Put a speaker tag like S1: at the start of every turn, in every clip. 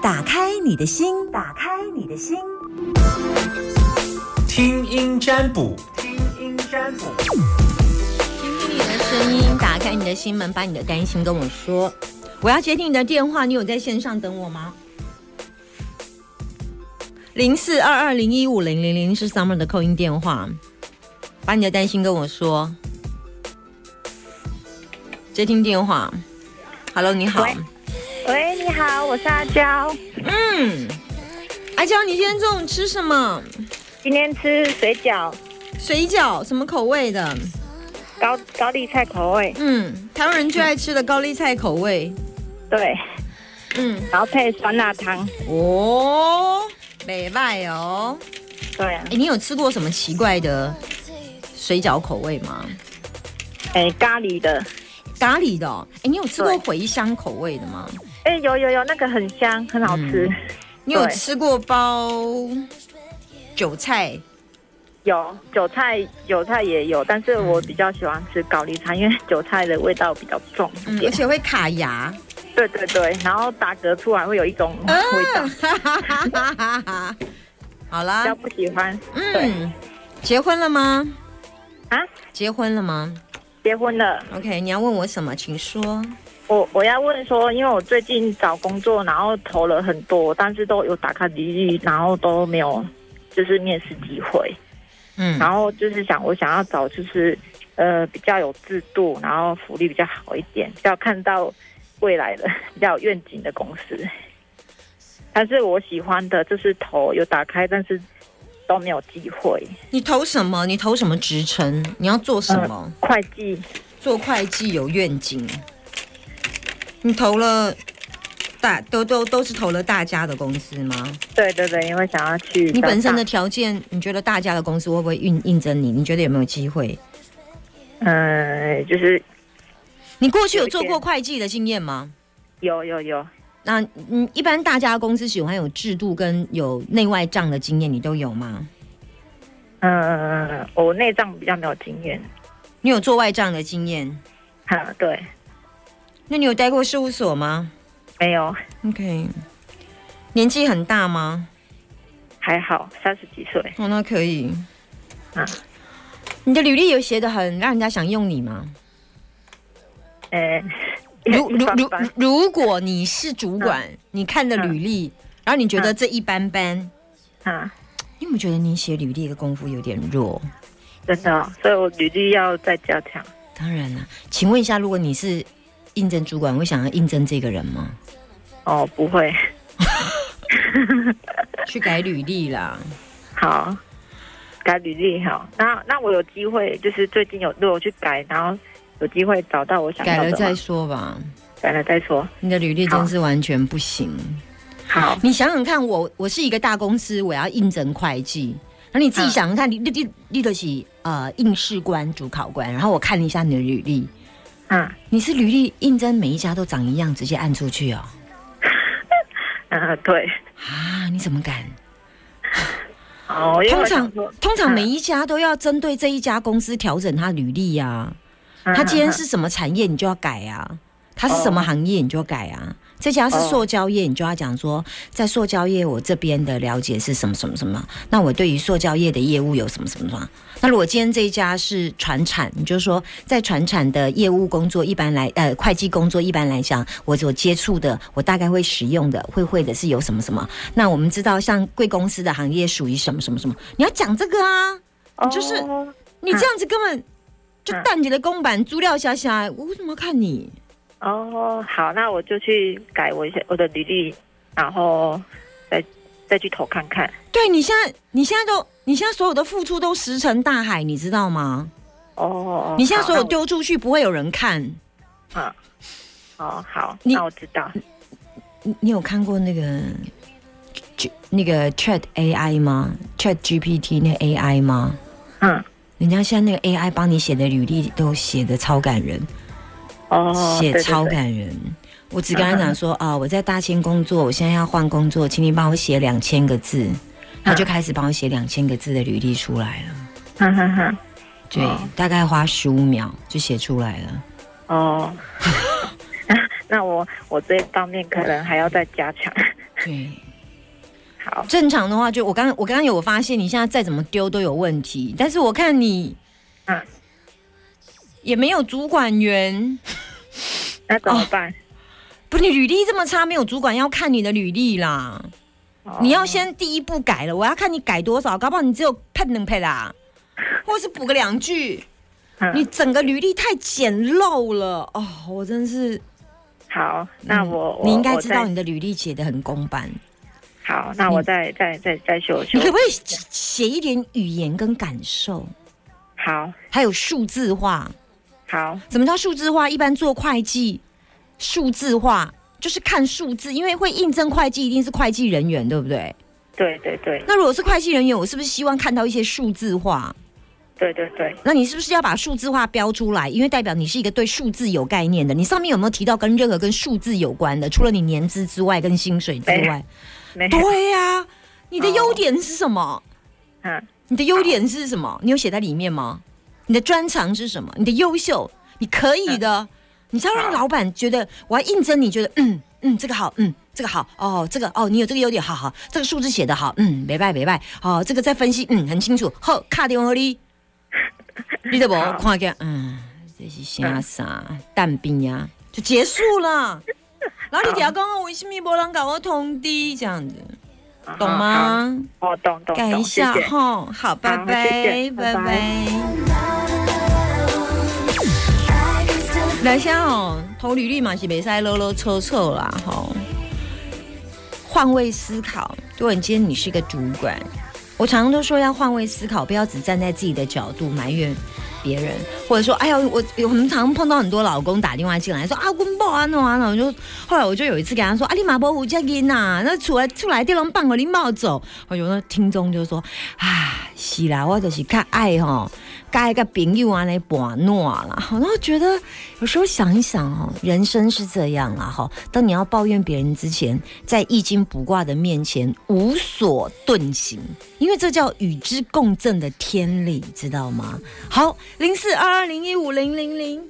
S1: 打开你的心，打开你的心，
S2: 听音占卜，
S3: 听音占卜，
S4: 听听你的声音，打开你的心门，把你的担心跟我说。我要接听你的电话，你有在线上等我吗？零四二二零一五零零零是 Summer 的扣音电话，把你的担心跟我说。接听电话，Hello，你好，
S5: 喂喂，你好，我是阿娇，
S4: 嗯，阿娇，你今天中午吃什么？
S5: 今天吃水饺，
S4: 水饺什么口味的？
S5: 高高丽菜口味，
S4: 嗯，台湾人最爱吃的高丽菜口味。
S5: 对，
S4: 嗯，
S5: 然后配酸辣汤，
S4: 哦，美拜哦。
S5: 对啊
S4: 哎、，你有吃过什么奇怪的水饺口味吗？
S5: 哎、咖喱的，
S4: 咖喱的、哦。哎、你有吃过
S5: 对
S4: 茴香口味的吗？
S5: 哎、有有有，那个很香，很好吃，
S4: 嗯你有
S5: 对
S4: 吃过包韭菜？
S5: 有韭菜，韭菜也有，但是我比较喜欢吃高丽菜，因为韭菜的味道比较重一
S4: 嗯，
S5: 点
S4: 而，且会卡 牙。
S5: 对对对，然后打嗝出来会有一种味道，
S4: 啊好
S5: 比较
S4: 啦，
S5: 不喜欢，对
S4: 嗯，结婚了吗？
S5: 啊，
S4: 结婚了吗
S5: 结婚了。
S4: ？OK，你要问我什么，请说。
S5: 我我要问说，因为我最近找工作，然后投了很多，但是都有打开履历，然后都没有就是面试机会。
S4: 嗯，
S5: 然后就是想，我想要找就是呃比较有制度，然后福利比较好一点，比较看到未来的 比较有愿景的公司。但是我喜欢的就是投有打开，但是都没有机会。
S4: 你投什么？你投什么职称？你要做什么？
S5: 呃会计
S4: 做会计有愿景。你投了大都都都是投了大家的公司吗？
S5: 对对对，因为想要去
S4: 你本身
S5: 到
S4: 的
S5: 大
S4: 条件，你觉得大家的公司会不会应应征你？你觉得有没有机会？
S5: 呃就是
S4: 你过去有做
S5: 有
S4: 过
S5: 一
S4: 会计的经验吗？
S5: 有有有
S4: 那嗯，一般大家的公司喜欢有制度跟有内外账的经验，你都有吗？
S5: 嗯，我内脏比较没有经验。
S4: 你有做外账的经验？
S5: 哈，对，
S4: 那你有待过事务所吗
S5: 没有，
S4: ？OK，年纪很大吗？
S5: 还好，三十几岁。
S4: 哦，那可以。
S5: 嗯
S4: 你的履历有写的很让人家想用你吗？
S5: 呃，
S4: 如
S5: 一
S4: 如
S5: 般
S4: 如
S5: 般
S4: 如果你是主管，
S5: 嗯
S4: 你看的履历，然后你觉得这一般般，
S5: 啊，
S4: 你有没有觉得你写履历的功夫有点弱？
S5: 真的哦、所以我履历要再加强。
S4: 当然了，请问一下，如果你是应征主管，会想要应征这个人吗？
S5: 哦，不会，
S4: 去改履历啦。
S5: 好，改履历好。那那我有机会，就是最近有如果去改，然后有机会找到我想要
S4: 改
S5: 的
S4: 了
S5: 吗，
S4: 再说吧。
S5: 改了再说。
S4: 你的履历真是完全不行。
S5: 好，
S4: 你想想看我，我是一个大公司，我要应征会计，然后你自己想想
S5: 嗯
S4: 看，你你你你得起呃应试官、主考官，然后我看了一下你的履历，
S5: 嗯
S4: 你是履历应征每一家都长一样，直接按出去哦。
S5: 嗯、对，
S4: 啊，你怎么敢？
S5: 哦，因为
S4: 通
S5: 我
S4: 常
S5: 想说
S4: 通常
S5: 嗯
S4: 每一家都要针对这一家公司调整他履历呀、啊。
S5: 嗯
S4: 他今天
S5: 嗯
S4: 是什么产业，你就要改啊；他是什么
S5: 哦
S4: 行业，你就改啊。这家是
S5: 哦
S4: 塑胶业，你就要讲说，在塑胶业我这边的了解是什么什么什么，那我对于塑胶业的业务有什么什么什么。那如果今天这一家是船产，你就说在船产的业务工作，一般来呃会计工作一般来讲，我所接触的，我大概会使用的会会的是有什么什么。那我们知道像贵公司的行业属于什么什么什么，你要讲这个啊。
S5: 嗯
S4: 就是
S5: 哦
S4: 你这样子根本就
S5: 嗯
S4: 淡你的公版资料下下来，我为什么要看你？
S5: 哦，好，那我就去改我一些我的履历，然后再再去投看看。
S4: 对你现在，你现在都，你现在所有的付出都石沉大海，你知道吗？
S5: 哦哦，
S4: 你现在
S5: 好
S4: 所有
S5: 那我
S4: 丢出去不会有人看。
S5: 嗯，哦好，
S4: 你
S5: 那我知道。
S4: 你你有看过那个，就那个 Chat AI 吗？Chat GPT 那个 AI 吗？
S5: 嗯，
S4: 人家现在那个 AI 帮你写的履历都写的超感人，
S5: 哦，
S4: 写
S5: 对嗯
S4: 超。
S5: 对对
S4: 感人。我只跟他讲说啊、我在大千工作，我现在要换工作，请你帮我写两千个字。他
S5: 嗯
S4: 就开始帮我写两千个字的履历出来了，
S5: 哼哼哼，
S4: 对，
S5: 嗯
S4: 大概花十五秒就写出来了。
S5: 哦，那我我这一方面可能还要再加强。
S4: 对，
S5: 好，
S4: 正常的话就我刚我刚刚有发现，你现在再怎么丢都有问题，但是我看你，
S5: 嗯
S4: 也没有主管员，
S5: 那怎么办？
S4: 不是你履历这么差，没有主管要看你的履历啦。
S5: 哦
S4: 你要先第一步改了，我要看你改多少，搞不好你只有配能配啦，或是补个两句。
S5: 嗯
S4: 你整个履历太简陋了哦，我真是。
S5: 好，那
S4: 嗯
S5: 我、我
S4: 你应该
S5: 我
S4: 知
S5: 再
S4: 道你的履历写的很公版，
S5: 好，那我
S4: 嗯
S5: 再再再 再修修
S4: 你可。不可以写写一点语言跟感受，
S5: 好，
S4: 还有数字化？
S5: 好，
S4: 怎么叫数字化？一般做会计，数字化就是看数字，因为会应征会计一定是会计人员，对不对？
S5: 对对对
S4: 那如果是会计人员，我是不是希望看到一些数字化？
S5: 对对对，
S4: 那你是不是要把数字化标出来？因为代表你是一个对数字有概念的。你上面有没有提到跟任何跟数字有关的？除了你年资之外，跟薪水之
S5: 没
S4: 外，
S5: 没有，
S4: 对呀、你的优点是什么？
S5: 嗯，
S4: 你的优点是什么？你有写在里面吗？你的专长是什么？你的优秀，你可以的，你知道让
S5: 好
S4: 老板觉得我要应征，你觉得嗯嗯这个好，嗯这个好哦，这个哦你有这个优点，好好，这个数字写得好，嗯没败没败，哦这个再分析，嗯很清楚，好卡电话你，你得不
S5: 好
S4: 看见嗯这是啥啥蛋饼呀，就结束了。然后你底下讲哦，为什么没人搞我通知这样子，懂吗？
S5: 啊好？好哦，懂懂
S4: 改一
S5: 懂，谢
S4: 下
S5: 谢。
S4: 哈，好，拜
S5: 好
S4: 拜
S5: 谢谢，
S4: 拜
S5: 拜拜
S4: 拜。来下哦，投履历嘛是没塞啰啰抽抽啦哈。换位思考，如果你今天你是一个主管，我常常都说要换位思考，不要只站在自己的角度埋怨别人，或者说哎呀，我我们常碰到很多老公打电话进来说啊，我某安怎安怎，我就后来我就有一次给他说啊，你马波胡家囡呐，那出来出来地方放我你冒走，我有那听众就说啊，是啦，我就是较爱吼，较爱个朋友安尼玩闹啦，然后觉得有时候想一想哦，人生是这样啦哈，当你要抱怨别人之前，在易经卜卦的面前无所遁形，因为这叫与之共振的天理，知道吗？好，零四二二零一五零零零。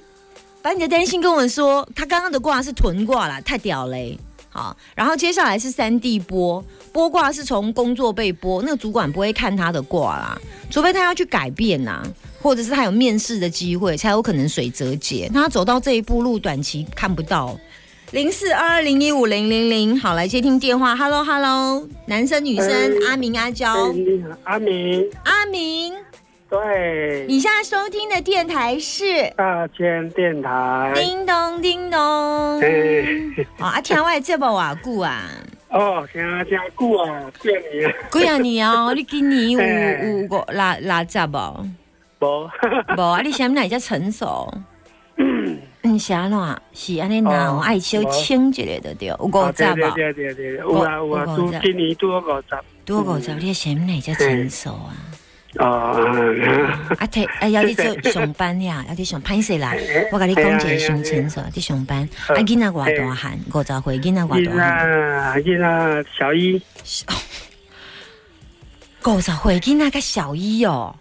S4: 把你的担心跟我说，他刚刚的卦是屯卦啦，太屌嘞、好，然后接下来是三地波，波卦是从工作被波，那个主管不会看他的卦啦，除非他要去改变呐、啊或者是他有面试的机会，才有可能水折节。那他走到这一步路，短期看不到。零四二二零一五零零零，好，来接听电话。Hello Hello，男生女生，
S2: 哎
S4: 阿明阿娇，
S2: 嗯，阿明，
S4: 阿明，
S2: 对，
S4: 你现在收听的电台是
S2: 大千电台，
S4: 叮咚叮咚。
S2: 哎，
S4: 哦，啊，听我的节目偌久啊，
S2: 哦，听啊听久啊，见你啊，
S4: 几啊年哦，你今年 有
S2: 嘿
S4: 有五六六十无？
S2: 无，
S4: 无啊，你想哪才成熟？ 嗯，是安怎？是安尼哪？
S2: 哦
S4: 我爱小清一个就对，有五十啊
S2: 对对
S4: 无？
S2: 对对对，有啊有啊，
S4: 我
S2: 拄
S4: 我
S2: 今年拄好五十，
S4: 多五
S2: 嗯
S4: 十，你想哪才成熟啊？
S2: 哦，嗯
S4: 啊，提啊，要你做上班呀，要你上班势啦。我甲你讲一个上成熟，你上班啊，囡仔偌大汉，五十岁囡仔偌
S2: 囡
S4: 大汉，
S2: 仔囡仔小一，
S4: 五十岁囡仔甲小一哦，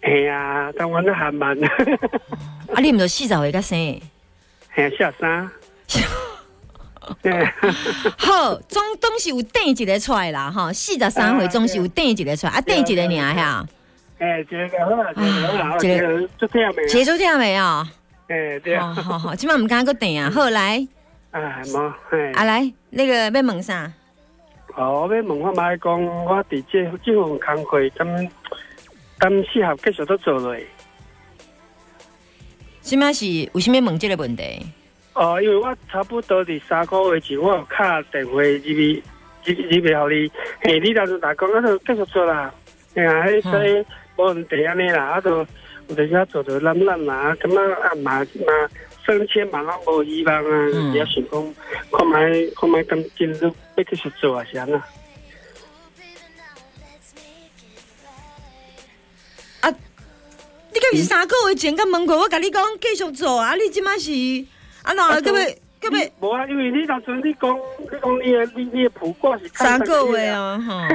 S2: 哎呀，但我那还慢，
S4: 啊，你毋着四十岁甲生。
S2: 哎，小三，哎，
S4: 好，总总是有顶一个出来啦，吼，四十三岁总是有顶一个出来，啊，顶一个尔遐。
S2: 哎，这个好啊，这个好啊，这个就这样没，
S4: 结束听没有？好
S2: 哎，对啊，
S4: 好好，今晚唔敢个顶啊。好来，
S2: 哎，冇，哎。
S4: 啊来，那个要问啥？
S2: 哦，我要问我妈讲，我伫这这份工课，咁咁适合继续都做落。
S4: 即摆是为什么问这个问题？
S2: 哦，因为我差不多伫三个月前，我有敲电话入去，入入去互你，嘿，你当时大讲，我啊就继续做啦。嘿啊，迄所以无问题安尼啦，啊，就有阵时做做懒懒啦，感觉啊嘛嘛升迁嘛拢无希望啊，
S4: 嗯
S2: 也想讲看觅看觅咁进入要继续做啊是安那。
S4: 你敢是三个月前甲问过我，甲你讲继续做啊？你即摆是啊嗯那
S2: 啊
S4: 个
S2: 对
S4: 要个要
S2: 无啊，因为你当初你讲你讲你的你你的普卦是
S4: 三个月，啊？吼， 啊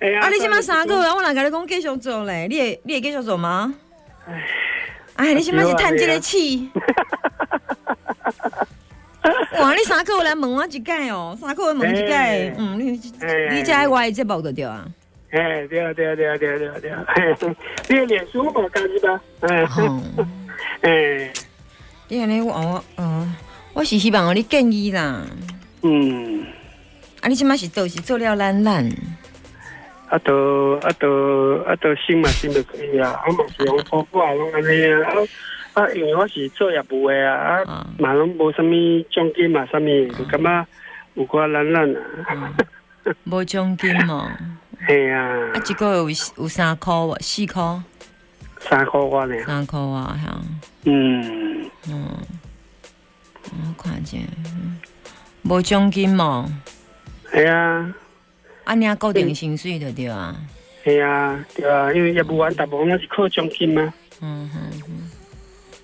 S2: 哎呀
S4: 你即摆三个月，我若甲你讲继续做嘞，你会你会继续做吗？哎，你即摆是趁这个气。哇，你三个月来问我一届哦，三个月问一届
S2: 哎，
S4: 嗯，你
S2: 哎
S4: 你在我的节目就对 啊。
S2: 哎，对啊，对啊，对啊，对啊，对啊，对啊，嘿你的脸书我看一吧，哎，
S4: 哦，
S2: 哎，
S4: 你安尼我我哦，我是希望哦你建议啦，
S2: 嗯，
S4: 啊，你即摆是倒是做了懒 懒，
S2: 啊，都啊都啊都心嘛心就可以啊，我嘛是用跑步啊，拢安尼啊，啊，啊因为我是做业务的啊，啊
S4: 啊，
S2: 嘛拢无啥物奖金嘛，啥物，
S4: 哦
S2: 就感觉有寡懒懒啊，
S4: 无奖金哦，
S2: 嘿啊
S4: 啊，，一个月有有三箍无，四箍，
S2: 三箍我呢，
S4: 三箍啊，吓。
S2: 嗯，
S4: 嗯，我看者，嗯无奖金嘛，
S2: 系啊。
S4: 啊，你啊固定薪水就对啊。
S2: 系啊，对啊，因为业务员大部分拢是靠奖金啊嘛。
S4: 嗯哼哼，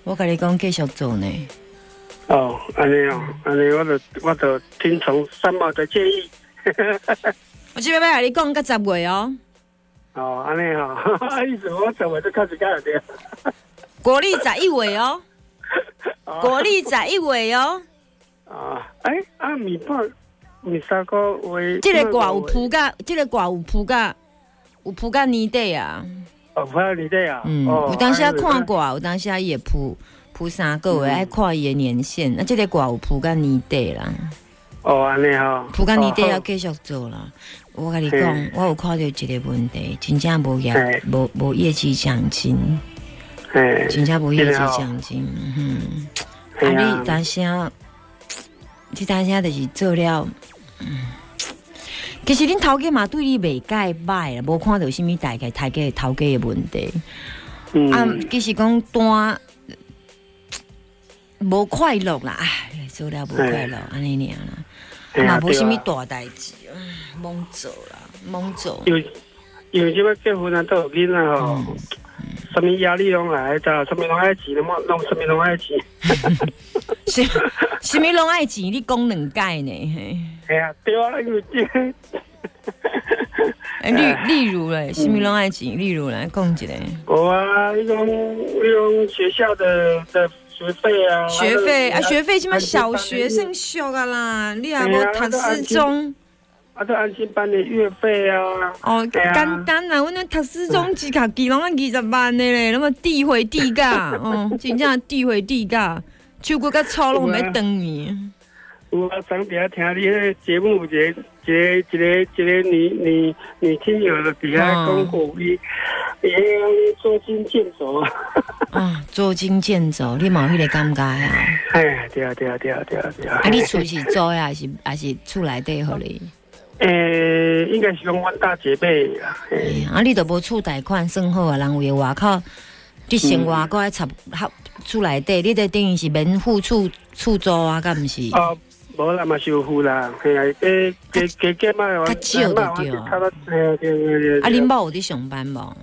S4: 我甲你讲继续做呢。
S2: 哦，安尼哦，安尼我就我就听从三毛的建议。
S4: 我即摆要甲你讲到十月哦，
S2: 哦，安尼哦， 意思我十月就开始干了对。
S4: 国历十一月哦，
S2: 哦
S4: 国历十一月哦，
S2: 啊，哎、啊，米饭，米三个为
S4: 即、个歌有铺甲，即、个歌有铺甲，有铺甲年底啊。
S2: 哦，不要你这啊。
S4: 嗯，
S2: 哦
S4: 有当时啊看。
S2: 啊
S4: 歌，有当时啊也铺铺三个
S2: 嗯
S4: 月，爱看伊的年限。啊，即、个歌有铺甲年底啦。
S2: 哦，安尼哦。
S4: 浦江你啊得要
S2: 哦
S4: 继续做啦。我跟你
S2: 是
S4: 讲，我有看到一个问题，真正无业
S2: 是
S4: 无无业绩奖金，
S2: 好哎，
S4: 真正无业绩
S2: 真的哦
S4: 奖金。嗯，啊
S2: 嘿啊
S4: 你当下，你当下就是做了。嗯其实恁头家嘛对你袂介歹啦，无看到什物大概大概头家的问题。啊
S2: 嗯，，
S4: 其实讲单无快乐啦，唉，做了无快乐，安尼尔啦。
S2: 嘿
S4: 嘛
S2: 啊
S4: 无什么。
S2: 对啊
S4: 大代志，嗯懵做啦，懵做。
S2: 因为因为即摆结婚啊，都有囡仔吼，
S4: 嗯
S2: 什么压力拢来，到什么拢爱钱，拢拢什么拢爱钱。
S4: 什什么拢爱钱，你讲两届呢？嘿
S2: 哎呀，对啊，因为 这个，
S4: 哎例例如嘞，什么拢爱钱？例如来讲一个
S2: 我啊，那种那种学校的的学费啊，
S4: 学费啊，学费起码
S2: 安心班
S4: 小
S2: 的
S4: 学生俗啊啦，你啊
S2: 对啊
S4: 无读
S2: 安
S4: 四
S2: 心
S4: 中
S2: 啊，都安心班的月费啊，
S4: 哦，
S2: 对啊
S4: 简单啦，阮那读四中一学期拢啊二十万的咧，那么地回地价， 哦，真正地回地价，手骨甲粗拢毋免断去。
S2: 有啊，昨天听你迄节目有一个一个一个一个女女女听友的底下
S4: 嗯
S2: 讲哎过伊，伊捉襟见肘啊，
S4: 啊，捉襟见肘，你嘛有迄个感觉啊？
S2: 哎呀，对啊对啊对啊对啊对啊，
S4: 啊，你厝是租的还是还是厝内底互你？
S2: 诶，哎应该是讲阮大姐妹啊，
S4: 哎呀啊，你都无厝贷款算好啊，人有的外口，你生
S2: 嗯
S4: 活搁爱插合厝内底，你这等于是免付厝厝租啊，敢毋是？
S2: 哦，无啦嘛是有付啦，嘿啊，加加加加嘛，我
S4: 较少就
S2: 嘛我
S4: 对
S2: 是
S4: 了
S2: 差不多，嘿啊对对对。
S4: 啊，恁某有伫上班无？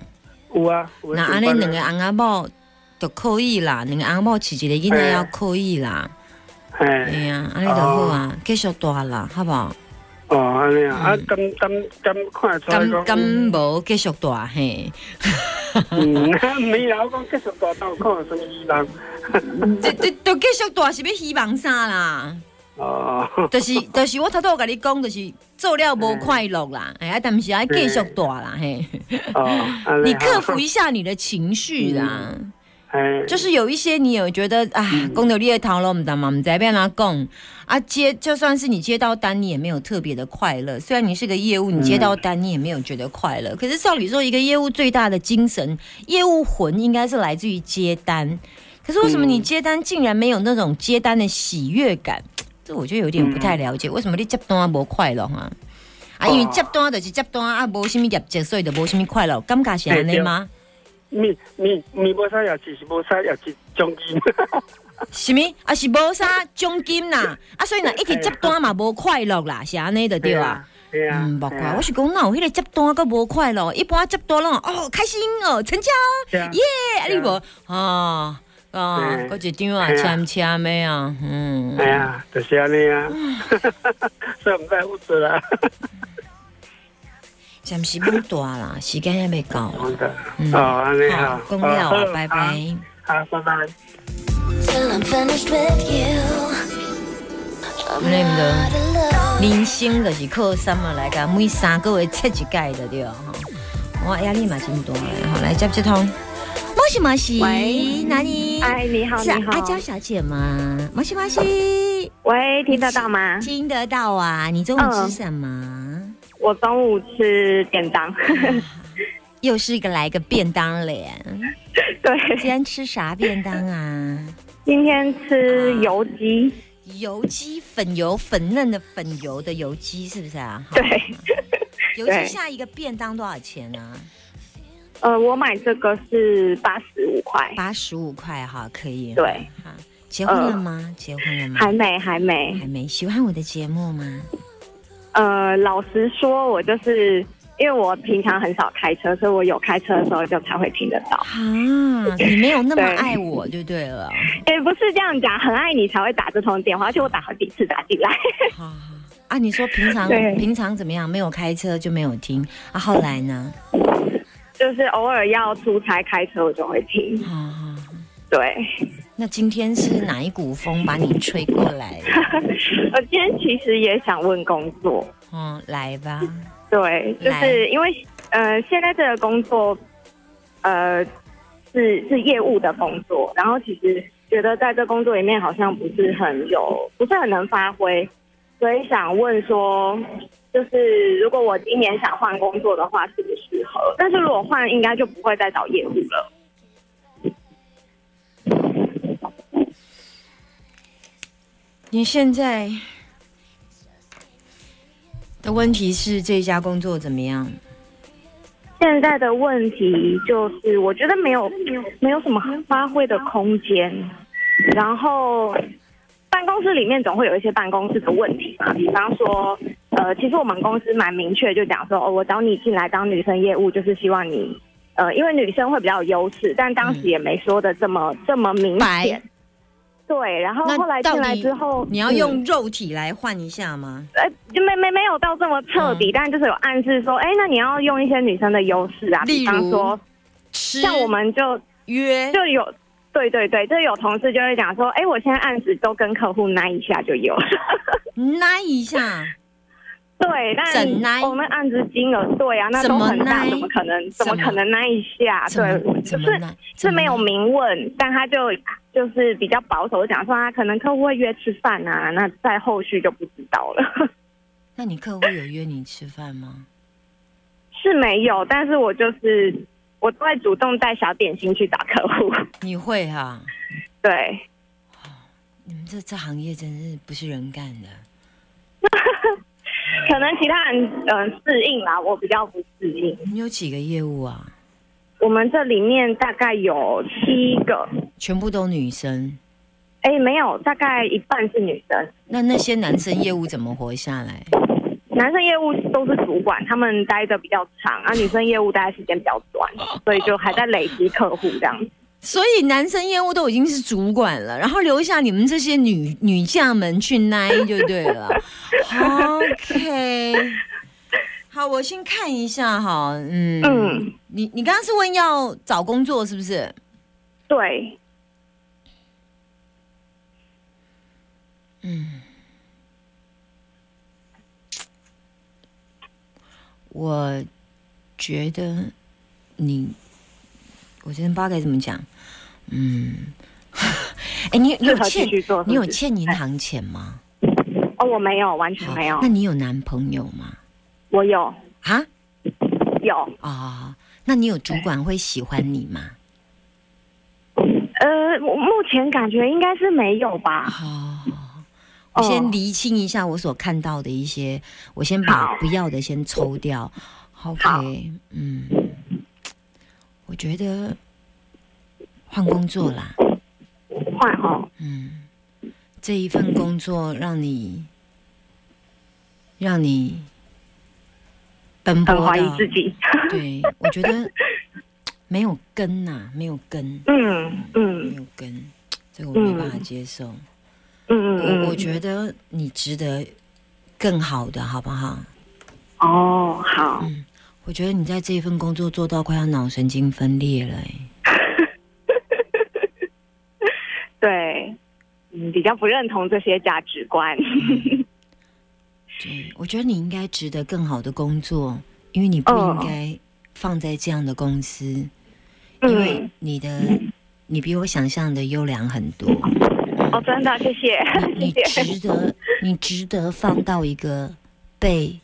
S2: 有啊，有
S4: 那
S2: 啊
S4: 安尼
S2: 上班
S4: 两个
S2: 啊
S4: 翁仔某就可以啦，两个翁仔某饲一个囡仔
S2: 哎
S4: 要可以啦，哎
S2: 嘿，
S4: 呀，安尼就好啊，继续住啦，好无？
S2: 哦，安尼啊，啊，咁咁咁看得出来
S4: 嗯敢
S2: 讲，
S4: 敢无继续住嘿？
S2: 嗯，没有讲继续大道看有什么希望，
S4: 这这都继续住是要希望啥啦？
S2: 哦，
S4: 就是就是我头拄有甲你讲，就是做了无快乐啦，哎呀，但毋是爱继续住啦嘿。
S2: 哦，安尼
S4: 你
S2: 啊
S4: 克服，一下你的情绪啦，
S2: 嘿，
S4: 就是有一些你有觉得啊，公牛裂桃了，我们的嘛，我们在边啦讲啊接，就算是你接到单，你也没有特别的快乐。虽然你是个业务，你接到单，你也没有觉得快乐。可是照理说，一个业务最大的精神，业务魂应该是来自于接单。可是为什么你接单竟然没有那种接单的喜悦感？这我就有点不太了解，为什么你接单无快乐啊？啊，因为接单就是接单啊，无什么业绩，所以就无什么快乐，感觉是安尼吗？
S2: 你你你无啥也只是无啥也是奖金，
S4: 什么啊是无啥奖金啦，啊所以呢一直接单嘛无快乐啦，是安尼的对 啊。，
S2: 对啊，
S4: 嗯，无
S2: 对
S4: 怪，
S2: 啊
S4: 我是讲哪有迄个接单个无快乐，一般接单拢哦开心哦成交
S2: 对啊
S4: 耶，啊
S2: 对
S4: 你
S2: 啊
S4: 无啊啊，
S2: 对
S4: 嗰一张啊
S2: 哎呀
S4: 签签的啊，嗯
S2: 哎，呀，就是安尼啊， 所以唔在物质啦，
S4: 暂时不大啦，时间还未到啦。嗯
S2: 哦，安尼
S4: 好
S2: 啊，，
S4: 讲了啊
S2: 好，
S4: 拜，拜。
S2: 好好，拜拜。
S3: till I'm finished with you.
S4: 那毋着人生就是靠什么来甲每三个月切一届的对了吼。我压力嘛真大的，吼，来接这通。摩西摩西，
S5: 喂
S4: 哪里？
S5: 哎，你好，
S4: 是
S5: 你好，哦
S4: 阿娇小姐吗？摩西摩西，
S5: 喂，听得到吗？
S4: 听得到啊？你中午
S5: 嗯
S4: 吃什么？
S5: 我中午吃便当，
S4: 又是一个来个便当脸。今
S5: 对，
S4: 天吃啥便当啊？
S5: 今天吃油鸡，
S4: 油鸡粉油粉嫩的粉油的油鸡是不是啊？好
S5: 对，
S4: 油
S5: 对
S4: 鸡下一个便当多少钱啊？
S5: 呃，我买这个是八十五块，
S4: 八十五块哈，可以。
S5: 对
S4: 哈，结婚了吗？结婚了吗？
S5: 嗯还没，还没，
S4: 还没。喜欢我的节目吗？
S5: 呃，老实说，我就是因为我平常很少开车，所以我有开车的时候就才会听得到。
S4: 啊，你没有那么
S5: 对
S4: 爱我就对了。
S5: 哎、不是这样讲，很爱你才会打这通电话，而且我打好几次打进来。
S4: 好好好啊，你说平常
S5: 对
S4: 平常怎么样？没有开车就没有听啊？后来呢？
S5: 就是偶尔要出差开车，我就会听。
S4: 啊、哦，
S5: 对，
S4: 那今天是哪一股风把你吹过来了？
S5: 我呃今天其实也想问工作，
S4: 哦，来吧，
S5: 对，就
S4: 来
S5: 是因为呃，现在这个工作，呃，是是业务的工作，然后其实觉得在这工作里面好像不是很有，不是很能发挥，所以想问说，就是如果我今年想换工作的话，适不适合？但是如果换，应该就不会再找业务了。
S4: 你现在的问题是这家工作怎么样？
S5: 现在的问题就是，我觉得没有没有什么发挥的空间，然后办公室里面总会有一些办公室的问题嘛，比方说，呃，其实我们公司蛮明确就讲说，哦，我找你进来当女生业务，就是希望你，呃，因为女生会比较有优势，但当时也没说的这么、这么明
S4: 嗯白
S5: 显。对，然后
S4: 那
S5: 后来
S4: 到
S5: 进来
S4: 底
S5: 之后，
S4: 你要
S5: 嗯
S4: 用肉体来换一下吗？
S5: 呃，就没没没有到这么彻
S4: 嗯
S5: 底，但就是有暗示说，哎，那你要用一些女生的优势啊，
S4: 例
S5: 比
S4: 如
S5: 方说，
S4: 吃
S5: 像我们就
S4: 约
S5: 就有，对对对，就有同事就会讲说，哎，我现在案子都跟客户拿一下就有了，
S4: 拉一下，
S5: 对，
S4: 怎
S5: 但
S4: 奈
S5: 我们案子金额对啊，那
S4: 怎
S5: 都
S4: 么
S5: 很大，
S4: 奈
S5: 怎么可能
S4: 怎
S5: 怎
S4: 么
S5: 么可能那一下？
S4: 怎么
S5: 对，
S4: 怎
S5: 就
S4: 么
S5: 是
S4: 来？
S5: 是没有
S4: 怎么
S5: 明问，但他就就是比较保守地讲说，啊，可能客户会约吃饭啊，那在后续就不知道了。
S4: 来？那你客户有约你吃饭吗？
S5: 是没有，但是我就是我都会主动带小点心去找客户。
S4: 你会哈、
S5: 对，
S4: 你们这这行业真是不是人干的。
S5: 可能其他人嗯、呃适应啦，我比较不适应。
S4: 你们有几个业务啊？
S5: 我们这里面大概有七个，
S4: 全部都女生，
S5: 哎，没有，大概一半是女生。
S4: 那那些男生业务怎么活下来？
S5: 男生业务都是主管，他们待的比较长，啊，女生业务待的时间比较短，
S4: 哦
S5: 所以就还在累积客户这样。
S4: 所以男生业务都已经是主管了，然后留下你们这些女女将们去奶就对了。OK，好，我先看一下哈，嗯，
S5: 嗯
S4: 你你刚刚是问要找工作是不是？
S5: 对，
S4: 我觉得你，我真的不知道该怎么讲，嗯， 哎、你你有
S5: 适合继
S4: 欠
S5: 续做。
S4: 你有
S5: 是不是
S4: 欠银行钱吗？哦
S5: 哦，我没有，完全没有
S4: 那。你有男朋友吗？
S5: 我有
S4: 啊
S5: 有，
S4: 哦，那你有主管会喜欢你吗？
S5: 呃，我目前感觉应该是没有吧。
S4: 哦，我
S5: 哦
S4: 先厘清一下我所看到的一些，我先把
S5: 好
S4: 不要的先抽掉。
S5: 好
S4: OK，嗯，我觉得换工作啦，
S5: 换哦，
S4: 嗯，这一份工作让你让你奔波
S5: 很怀疑
S4: 到
S5: 自己。
S4: 对，我觉得没有根呐、没有根，
S5: 嗯
S4: 没
S5: 嗯
S4: 有根，这个我没办法接受。
S5: 嗯嗯嗯，
S4: 我我觉得你值得更好的，好不好？
S5: 哦好，
S4: 嗯我觉得你在这一份工作做到快要脑神经分裂了、欸，
S5: 对，嗯，的
S3: 比较不认同这些价值观。
S4: 对，我觉得你应该值得更好的工作，因为你不
S3: 哦
S4: 应该放在这样的公司，因为
S3: 嗯，
S4: 你的你比我想象的优良很 多，
S3: 哦，真的，谢谢，
S4: 你你
S3: 谢谢。
S4: 值得你值得放到一个被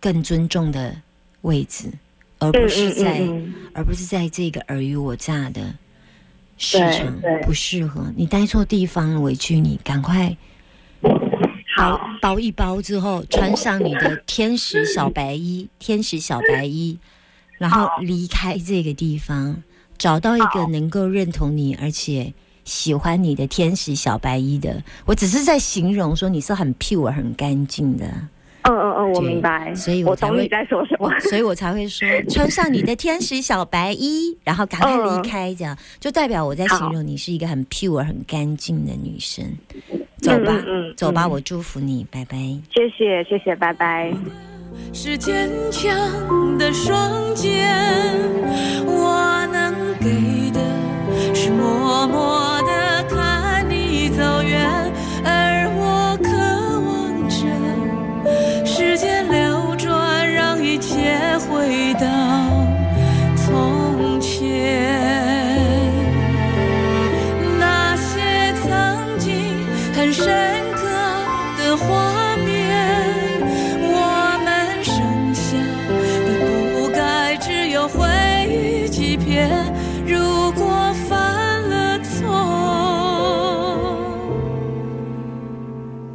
S4: 更尊重的位置，而
S3: 嗯
S4: 不是
S3: 嗯
S4: 在
S3: 嗯
S4: 而不是在这个尔虞我诈的市
S3: 对
S4: 场
S3: 对
S4: 不适合。你待错地方了，委屈你，赶快
S3: 嗯，
S4: 包
S3: 好，
S4: 包一包之后，穿上你的天使小白
S3: 嗯
S4: 衣，天使小白衣，然后离开这个地方，找到一个能够认同你而且喜欢你的天使小白衣的。我只是在形容说你是很 pure、很干净的。
S3: 嗯嗯嗯，我
S4: 对
S3: 明白，
S4: 所以我
S3: 我
S4: 才
S3: 懂
S4: 会
S3: 你在说什么。
S4: 所以我才会说穿上你的天使小白衣，然后赶快离
S3: 嗯
S4: 开，这样、就代表我在形容你是一个很 pure、很干净的女生。走吧，
S3: 嗯嗯嗯
S4: 走吧，
S3: 嗯
S4: 我祝福你，拜拜。
S3: 谢谢，谢谢，拜拜。
S6: 是坚强的双肩，我能给的是默默的看你走远，而我渴望着时间流转，让一切回到从前。那些曾经很深刻的画面，我们剩下的不该只有回忆几片，